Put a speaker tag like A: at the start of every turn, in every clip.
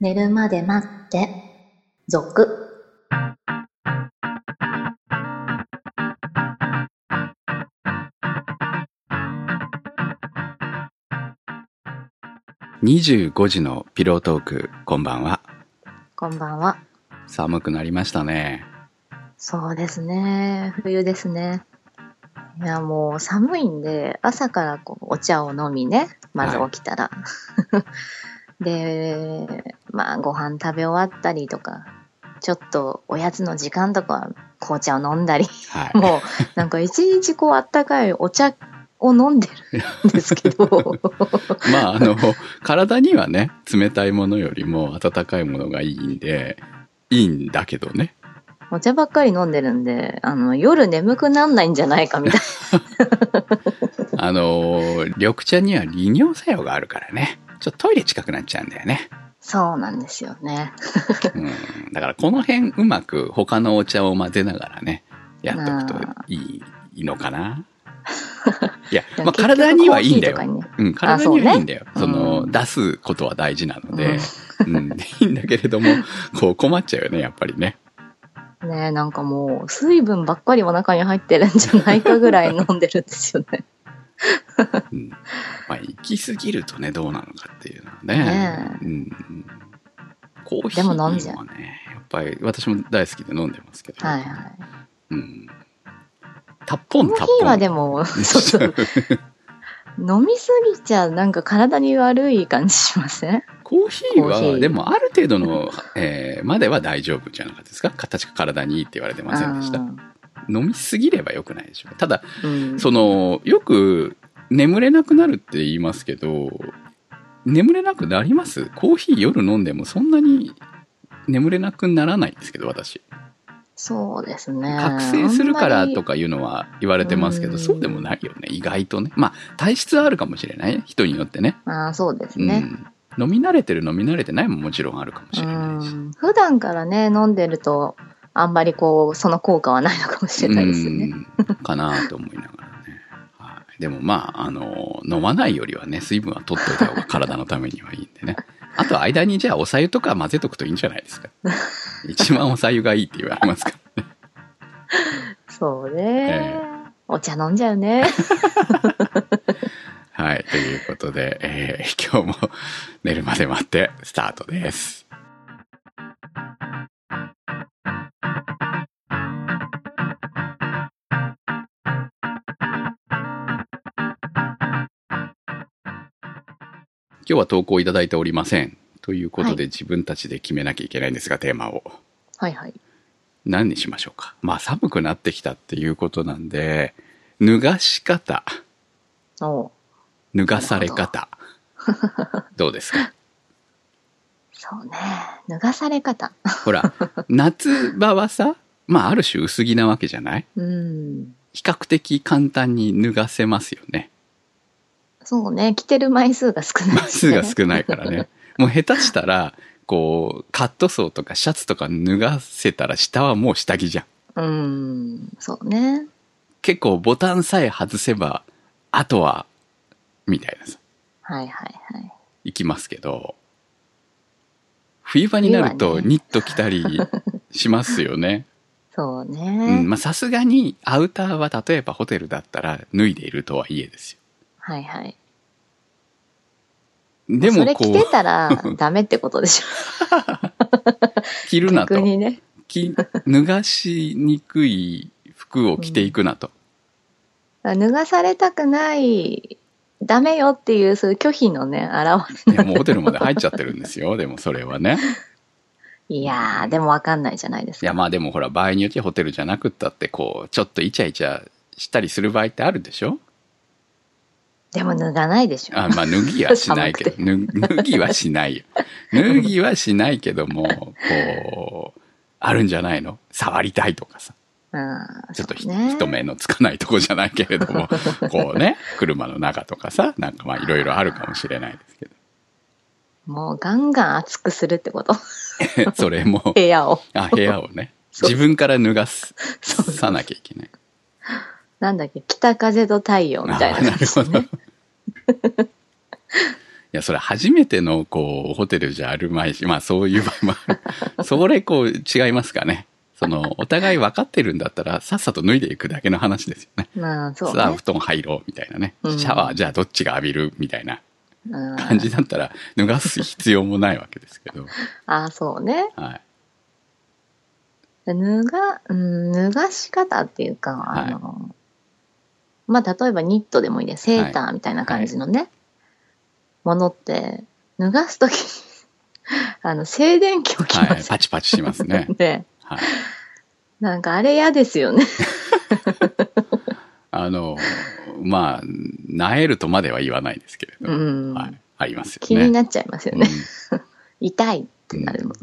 A: 寝るまで待って、続。
B: 25時のピロートーク、こんばんは。
A: こんばんは。
B: 寒くなりましたね。
A: そうですね。冬ですね。いや、もう寒いんで、朝からこうお茶を飲みね。まず
B: はい
A: 起きたら。 で、まあ、ご飯食べ終わったりとか、ちょっとおやつの時間とかは紅茶を飲んだ り、
B: はい。
A: もうなんか一日こうあったかいお茶を飲んでるんですけ ど。
B: まあ、あの、体にはね、冷たいものよりも温かいものがいいんで、いいんだけどね。
A: お茶ばっかり飲んでるんで、あの、夜眠くなんないんじゃないかみたい
B: あの、緑茶には利尿作用があるからね。ちょっとトイレ近くなっちゃうんだよね。
A: な。そうなんですよね。
B: うん。だからこの辺うまく他のお茶を混ぜながらね、やっとくといいのかな。いや、まあ体にはいいんだよ
A: 結。局コーヒーとかにね
B: うん、体
A: そう
B: に
A: ね
B: はいいんだよ。そ,、
A: う
B: の、
A: ん
B: 出すことは大事なので、うん、いいんだけれども、こう困っちゃうよね、やっぱりね。
A: ねえ、なんかもう、水分ばっかりお腹に入ってるんじゃないかぐらい飲んでるんですよね。
B: うん、まあ、行き過ぎるとね、どうなのかっていうのはね。
A: ね
B: うん。コーヒ
A: で
B: ー
A: も飲んじゃう
B: はね、やっぱり私も大好きで飲んでますけど、
A: はいはい。
B: うん。たっぽん
A: コー
B: たっ
A: ヒー
B: ぽ
A: は
B: ん。
A: でも、そうそう。飲みすぎちゃ、なんか体に悪い感じしません
B: コーヒー
A: コーヒ
B: は、
A: ー
B: でもある程度の、えーまでは大丈夫じゃなかったですか形が体にいいって言われてませんでした。飲みすぎれば良くないでしょうかただ、
A: うん。
B: その、よく眠れなくなるって言いますけど、眠れなくなりますコーヒー夜飲んでもそんなに眠れなくならないんですけど、私。
A: そうですね。
B: 覚醒するからと
A: か。
B: かいうのは言われてますけ
A: う
B: ど、
A: ん
B: そうでもないよね。意外とね。まあ、体質はあるかもしれない。人によってね。
A: ああ、そうです
B: うん。
A: ね。
B: 飲み慣れてる飲み慣れてないももちろんあるかもしれないし。
A: うん普段からね、飲んでると、あんまりこう、その効果はないのかもしれないですよね。
B: うんかなと思いながらね。はい、でもまあ、あの、飲まないよりはね、水分は取っておいた方が体のためにはいいんでね。あと間にじゃあおさゆとか混ぜとくといいんじゃ ないですか。一番おさゆがいいって言われますから。
A: そうね、
B: え
A: お茶飲んじゃうね。
B: はい。ということで、えー 今日も寝るまで待ってスタートです。今日は投稿いただいておりません。ということで、
A: は
B: 自分たちで決めなきゃいけないんですが、テーマを。
A: はいはい。
B: 何にしましょうか。まあ、寒くなってきたっていうことなんで、脱がし方。
A: おう
B: 脱がされ方。どうですか
A: そうね。脱がされ方。
B: ほら、夏場はさ、まあある種薄着なわけじゃない
A: うん。
B: 比較的簡単に脱がせますよね。
A: そうね。着てる枚数が少ない、ね。
B: 枚数が少ないか らね。もう下手したら、こう、カットソーとかシャツとか脱がせたら下はもう下着じゃん。
A: うん。そうね。
B: 結構ボタンさえ外せば、あとは、みたいなさ、
A: はいはいはい。
B: いきますけど、冬場になる
A: 冬
B: と
A: はね
B: ニット着たりしますよね。
A: そうね。
B: うん、まあさすがにアウターは例えばホテルだったら脱いでいるとはいえですよ。
A: はいはい。
B: で
A: そ
B: も
A: れ
B: こ
A: 着て
B: う、
A: た らダメってことでしょ。
B: 着るな
A: 逆
B: と。
A: にね。
B: 着脱がしにくい服を着ていく なと。
A: 脱がされたくない、ダメよっていう、そういう拒否のね、表れ。
B: いやもうホテルまで入っちゃってるんですよ。でもそれはね。
A: いやー、でもわかんないじゃないです
B: い
A: か。
B: やまあでもほら場合によってはホテルじゃなくったってこう、ちょっとイチャイチャしたりする場合ってあるでしょ
A: でも脱がないでしょ。、
B: あまあ脱ぎはしないけど 脱脱ぎはしないよ。脱ぎはしないけども、こう、あるんじゃないの触りたいとかさ。
A: うん
B: ちょっとひ、
A: そうね
B: 人目のつかないとこじゃないけれ ども、こうね、車の中とかさ、なんかまあいろいろあるかもしれないです
A: もうガンガン熱くするってこと。
B: けど、それも
A: 部、屋を。
B: あ、部屋をね、
A: そう
B: 自分から脱がす、
A: そう
B: さなきゃいけない。
A: なんだっけ、北風と太陽みたいな
B: あな
A: 感
B: る
A: じ
B: ほ
A: ね
B: ど。いや、それ初めての、こう、ホテルじゃあるまいし、まあそういう場合もあ る。それ、こう、違いますかね。その、お互い分かってるんだったら、さっさと脱いでいくだけの話ですよね。
A: まあ、そう
B: さあ、
A: ね
B: 布。団入ろう、みたいなね。
A: うん
B: シャワー、じゃあどっちが浴びる、みたいな
A: うん
B: 感じだったら、脱がす必要もないわけですけど。
A: ああ、そうね。
B: はい。
A: 脱が、うん、脱がし方っていうか、
B: は
A: あ
B: い
A: の、まあ、例えばニットでもいいね。セーターみたいな感じのね、ものって、脱がすときに、 あの、静電気をき
B: は
A: ま
B: い。
A: すよ
B: パチパチします ね。
A: ね。
B: はい。
A: なんかあれ嫌ですよね。
B: あの、まあ、なえるとまでは言わないですけれど。
A: うん
B: はい。ありますよね。
A: 気になっちゃいますよね。
B: うん
A: 痛いってなるもん。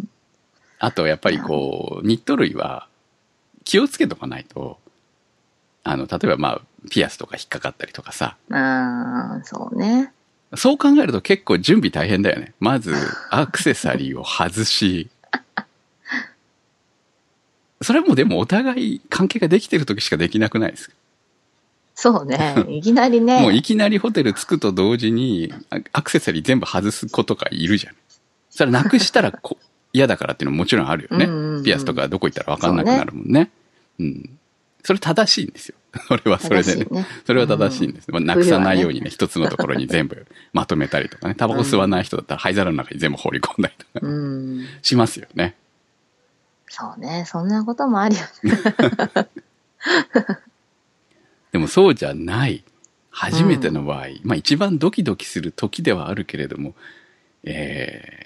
B: あとやっぱりこう、ニット類は気をつけとかないと、あの、例えばまあ、ピアスとか引っかかったりとかさ、
A: ああ、そうね。
B: そう考えると結構準備大変だよね。まず、アクセサリーを外し、それはもうでもお互い関係ができてる時しかできなくないですか、
A: そう ね。いきなりね。
B: もういきなりホテル着くと同時に、あアクセサリー全部外す子とかいるじゃん。それなくしたらこ嫌だからっていうのももちろんあるよね。
A: うんうんうん
B: ピアスとかどこ行ったら分かんなくなるもんね。うん。それ正しいんですよ。 それはそれ
A: 正
B: で
A: し
B: ね
A: い。ね。
B: それは正しいんです。まあ、なくさないようにね、一つのところに全部まとめたりとかね、タバコ吸わない人だったら灰皿の中に全部放り込んだりとか
A: うん。
B: しますよね。
A: そうね。そんなこともあるよね。
B: でもそうじゃない。初めての場合、まあ一番ドキドキする時ではあるけれども、え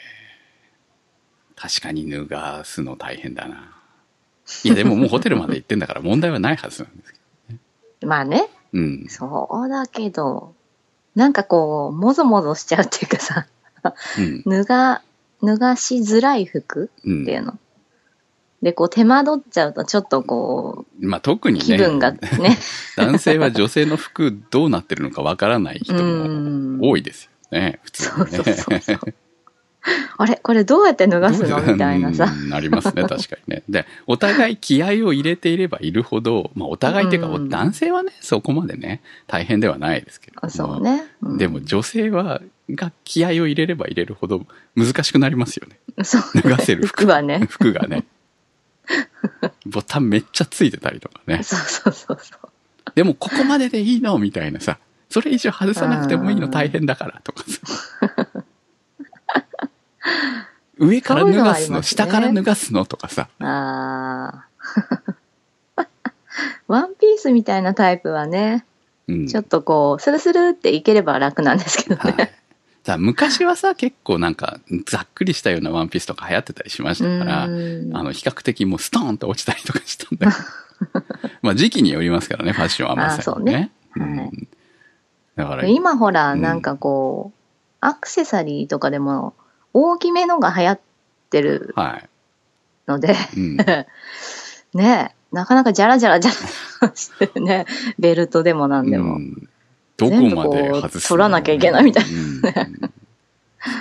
B: ー、確かに脱がすの大変だ な。いやでももうホテルまで行ってんだから問題はないはずなんですけ
A: まあね。
B: ど。うん。
A: そうだけど、なんかこう、もぞもぞしちゃうっていうかさ、
B: うん。
A: 脱が、脱がしづらい服
B: う。
A: っていうんの。で、こう、手間取っちゃうと、ちょっとこ
B: まあ特
A: う、
B: に
A: 気
B: ね、
A: 分がね、
B: 男性は女性の服どうなってるのかわからない人
A: う
B: も
A: ん。
B: 多いですよね、普通
A: そう
B: にね。
A: そうそうそう。あれこれどうやって脱がすのみたいなさ。
B: うん。なり ますね、確かにね。で、お互い気合を入れていればいるほど、まあお互いっていうか、
A: うん
B: 男性はね、そこまでね、大変ではないですけれども。
A: そうね。うん
B: でも女性は、が気合を入れれば入れるほど難しくなりますよね。
A: そう
B: 脱がせる服
A: 服はね。
B: 服 がね。ボタンめっちゃついてたりとかね。
A: そうそうそうそう。
B: でもここまででいいのみたいなさ。それ以上外さなくてもいいの
A: うん
B: 大変だからとかさ。 上から脱がす
A: そういう
B: の、
A: のはありますね
B: 下から脱がすのとかさ。
A: あー ワンピースみたいなタイプはね、
B: うん
A: ちょっとこう、スルスルっていければ楽なんですけど
B: は
A: ね。
B: い。さ昔はさ、結構なんか、ざっくりしたようなワンピースとか流行ってたりしましたから、あ
A: うん
B: の、比較的もうストーンと落ちたりとかしたんだけど。 まあ時期によりますからね、ファッションはまさにね。
A: あそうねはい
B: んだから、
A: 今ほら、
B: うん
A: なんかこう、アクセサリーとかでも大きめのが流行ってる
B: は
A: ので、
B: い。う ん。
A: ねえなかなかジャラジャラジャラジャラしてね、ベルトでもなんでも。
B: うんどこまで
A: 全部こう
B: 外す
A: 取らなきゃいけないみたい
B: な。うん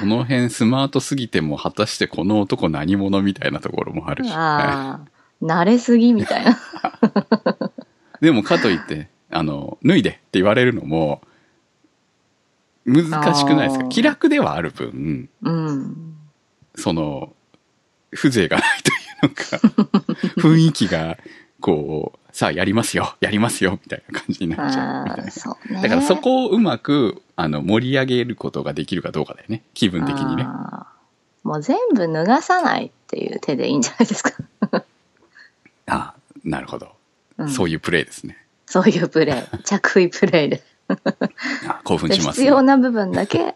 B: その辺スマートすぎても果たしてこの男何者みたいなところもあるし、ね、
A: ああ、慣れすぎみたいな。
B: でもかといって、あの、脱いでって言われるのも、難しくないです
A: あ
B: か
A: ー
B: 気楽ではある分、
A: うん。
B: その、風情がないというのか、 雰囲気が、こう、さあやりますよ、やりますよ、みたいな感じになっちゃうみ
A: あ
B: たい
A: あ、
B: な。
A: そうね。
B: だからそこをうまく、あの、盛り上げることができるかどうかだよね。気分的にね。
A: あーもう全部脱がさないっていう手でいいんじゃないですか。
B: ああ、なるほど。
A: うん
B: そういうプレイですね。
A: そういうプレイ。着衣プレイで。
B: あ興奮
A: で
B: しま
A: 必
B: す、ね。
A: 要な部分だけ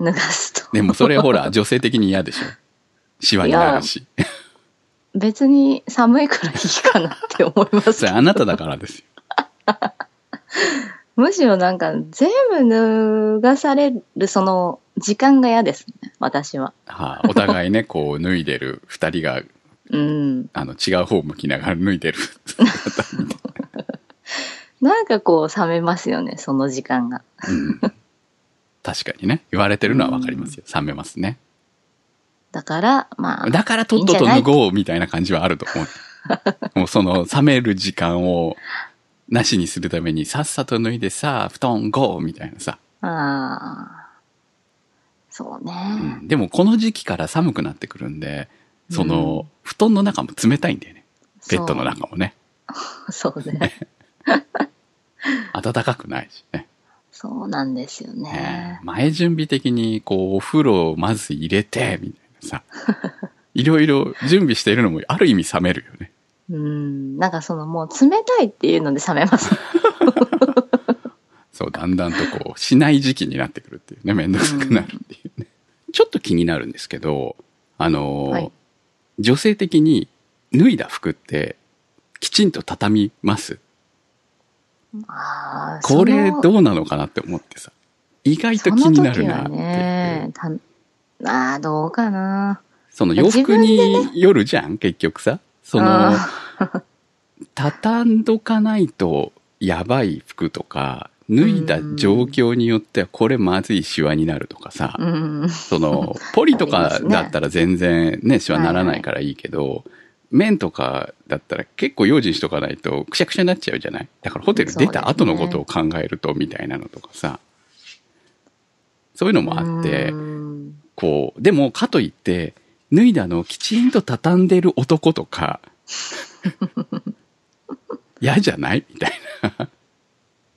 A: 脱がすと。
B: でもそれほ ら、女性的に嫌でしょ。シワになるし。
A: 別に寒いからいいかなって思います
B: それ。あなただからですよ。
A: むしろなんか全部脱がされるその時間が嫌ですね。私は。
B: はあ、お互いね、こう、脱いでる二人が、
A: うん。
B: あの、違う方向きながら脱い でる。
A: なんかこう冷めますよね、その時間が。
B: うん確かにね、言われてるのはわかりますよ。冷めますね。
A: だから、まあ。
B: だからとっとと脱ごうみたいな感じはあると 思う。もうその、冷める時間を、なしにするために、さっさと脱いでさあ、布団ゴーみたいなさ。
A: ああ。そうね。
B: うんでもこの時期から寒くなってくるんで、その、布団の中も冷たいんだよね。ベッドの中もね。
A: そう。そうね。
B: 暖かくないしね。
A: そうなんですよ
B: え
A: ね
B: え。前準備的に、こう、お風呂をまず入れて、みたいなさ。いろいろ準備しているのも、ある意味冷めるよね。
A: うん。なんかそのもう冷たいっていうので冷め ます。
B: そう、だんだんとこう、しない時期になってくるっていうね、めんどくさくなるっていうね。 ちょっと気になるんですけど、あのー
A: はい
B: 女性的に脱いだ服って、きちんと畳みます
A: ああ、
B: これ
A: その
B: どうなのかなって思ってさ。意外と気になるなって
A: その時は
B: いう。
A: ね、たあーどうかな。
B: その洋服によるじゃん、結局さ。その、
A: あ
B: 畳んどかないとやばい服とか、脱いだ状況によってはこれまずいシワになるとかさ
A: ー。うん。
B: その、ポリと
A: ありま
B: か
A: すね
B: だったら全然ね、シワならないからいいけど、綿とかだったら結構用心しとかないとくしゃくしゃになっちゃうじゃないだからホテル出た後のことを考えるとみたいなのとかさ。そういうのもあって
A: う、ん
B: こう、でもかといって、脱いだのをきちんと畳んでる男 とか、嫌じゃないみたいな。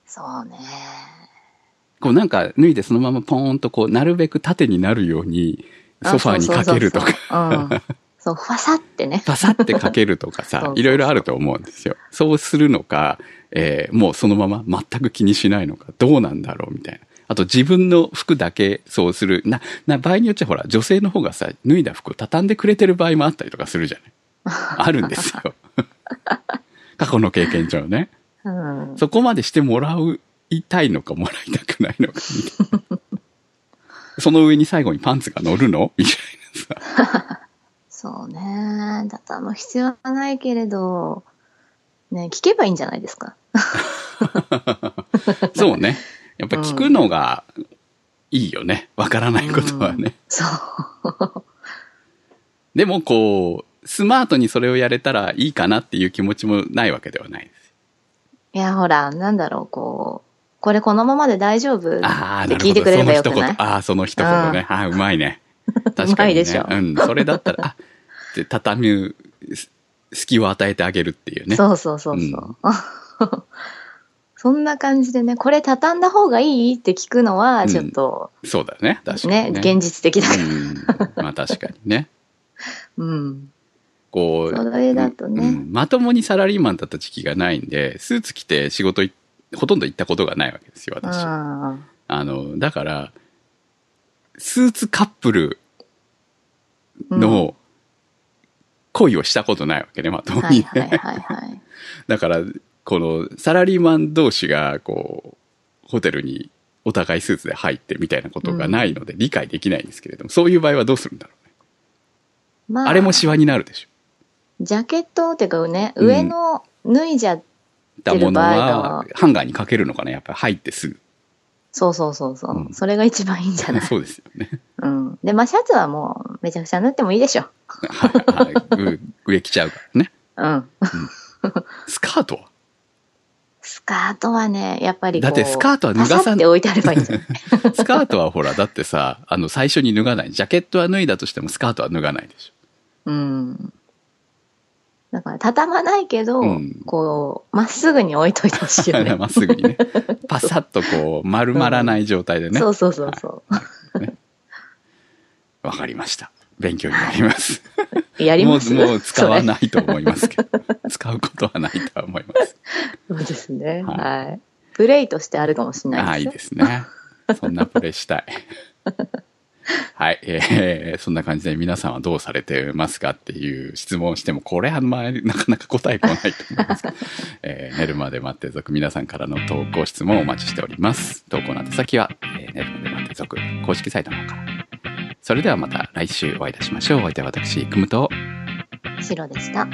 A: そうね。
B: こうなんか脱いでそのままポーンとこう、なるべく縦になるように、ソファーにかけるとか、
A: か。うん。そう、ふわさって ね。
B: パサってかけるとか
A: そう
B: さ
A: そ、うそう
B: いろいろあると思うんですよ。そうするのか、えーもうそのまま全く気にしないのか、どうなんだろうみたいな。あと自分の服だけそうする。な、な、場合によっちゃほら、女性の方がさ、脱いだ服を畳んでくれてる場合もあったりとかする じゃない。あるんですよ。 過去の経験上ね。
A: うん。
B: そこまでしてもらいたいのか、もらいたくないのか、みたいな。その上に最後にパンツが乗るのみたいなさ。
A: そうね。だたむ必要はないけれど、ね、聞けばいいんじゃないですか。
B: そうね。やっぱ聞くのがいいよね。わからないことはね。
A: そう。
B: でもこう、スマートにそれをやれたらいいかなっていう気持ちもないわけではないです。
A: いや、ほら、なんだろう、こう、これこのままで大丈夫って
B: ああ、なる
A: 聞
B: ほ
A: いて
B: ど。
A: くれれば
B: その
A: よく
B: 一言。
A: ない
B: ああー、その一言ね。ああー、うま いね。確かに、ね。
A: うまいでしょ
B: うん、それだったら、あで畳むす隙を与えてあげるっていうね。
A: そうそうそうそう。 そんな感じでね、これ畳んだ方がいいって聞くのは、ちょっと
B: そうだね。確か
A: ね、
B: にね。
A: 現実的だから。
B: うん、まあ確かにね。
A: うん。
B: こ う。
A: それだとね
B: うんまともにサラリーマンだった時期がないんで、スーツ着て仕事いほとんど行ったことがないわけですよ、私。
A: あ
B: あの、だから、スーツカップル
A: ー
B: の恋をしたことないわけね、まと
A: うん
B: も
A: はい
B: に
A: はい
B: ね。
A: はい はい。
B: だから、この、サラリーマン同士が、こう、ホテルにお互いスーツで入ってみたいなことがないので理解できないんですけれども、そういう場合はどうするんだろうね。
A: ま
B: あれもシワになるでしょ。
A: ジャケットっていうかね、
B: うん
A: 上の脱いじゃ、
B: だものは
A: 着てる場合、
B: ハンガーにかけるのかなやっぱり入ってすぐ。
A: そうそうそうそう、
B: うん
A: それが一番いいんじゃ ない
B: そうですよね。
A: うん。で、まあシャツはもうめちゃくちゃ縫ってもいいでしょ。
B: はいはい上。上着ちゃうからね。
A: うん。
B: スカートは
A: スカートはね、やっぱりこう。
B: だってスカートは脱がさん
A: パサって置いてあればいいんじゃない
B: スカートはほら、だってさ、あの、最初に脱がない。ジャケットは脱いだとしてもスカートは脱がないでし
A: うん。だから、畳まないけど、
B: うん
A: こう、まっすぐに置いといてほしいよ
B: ょ。
A: ね。
B: まっすぐにね。パサッとこう、丸まらない状態でね。
A: そ
B: わ、
A: うそうそうそう。
B: かりました。勉強になります。
A: やり
B: も
A: ます
B: う、もう使わ
A: い。
B: ないと思いま すけど。使うことはないとは思います。
A: それそうですね。
B: は
A: はいい。プレイとしてあるかもしれ
B: あ
A: な
B: あ、い
A: い
B: い
A: ですよ。
B: ですね。そんなプレイし たい。はい、えーそんな感じで皆さんはどうされてますかっていう質問をしても、これはまあなかなか答え来ないと思います けど、えー寝るまで待って族皆さんからの投稿質問をお待ちしております。投稿の宛先は、えー寝るまで待って族公式サイトの方から。それではまた来週お会いいたしましょう。お相手は私、くむと。
A: 白でした。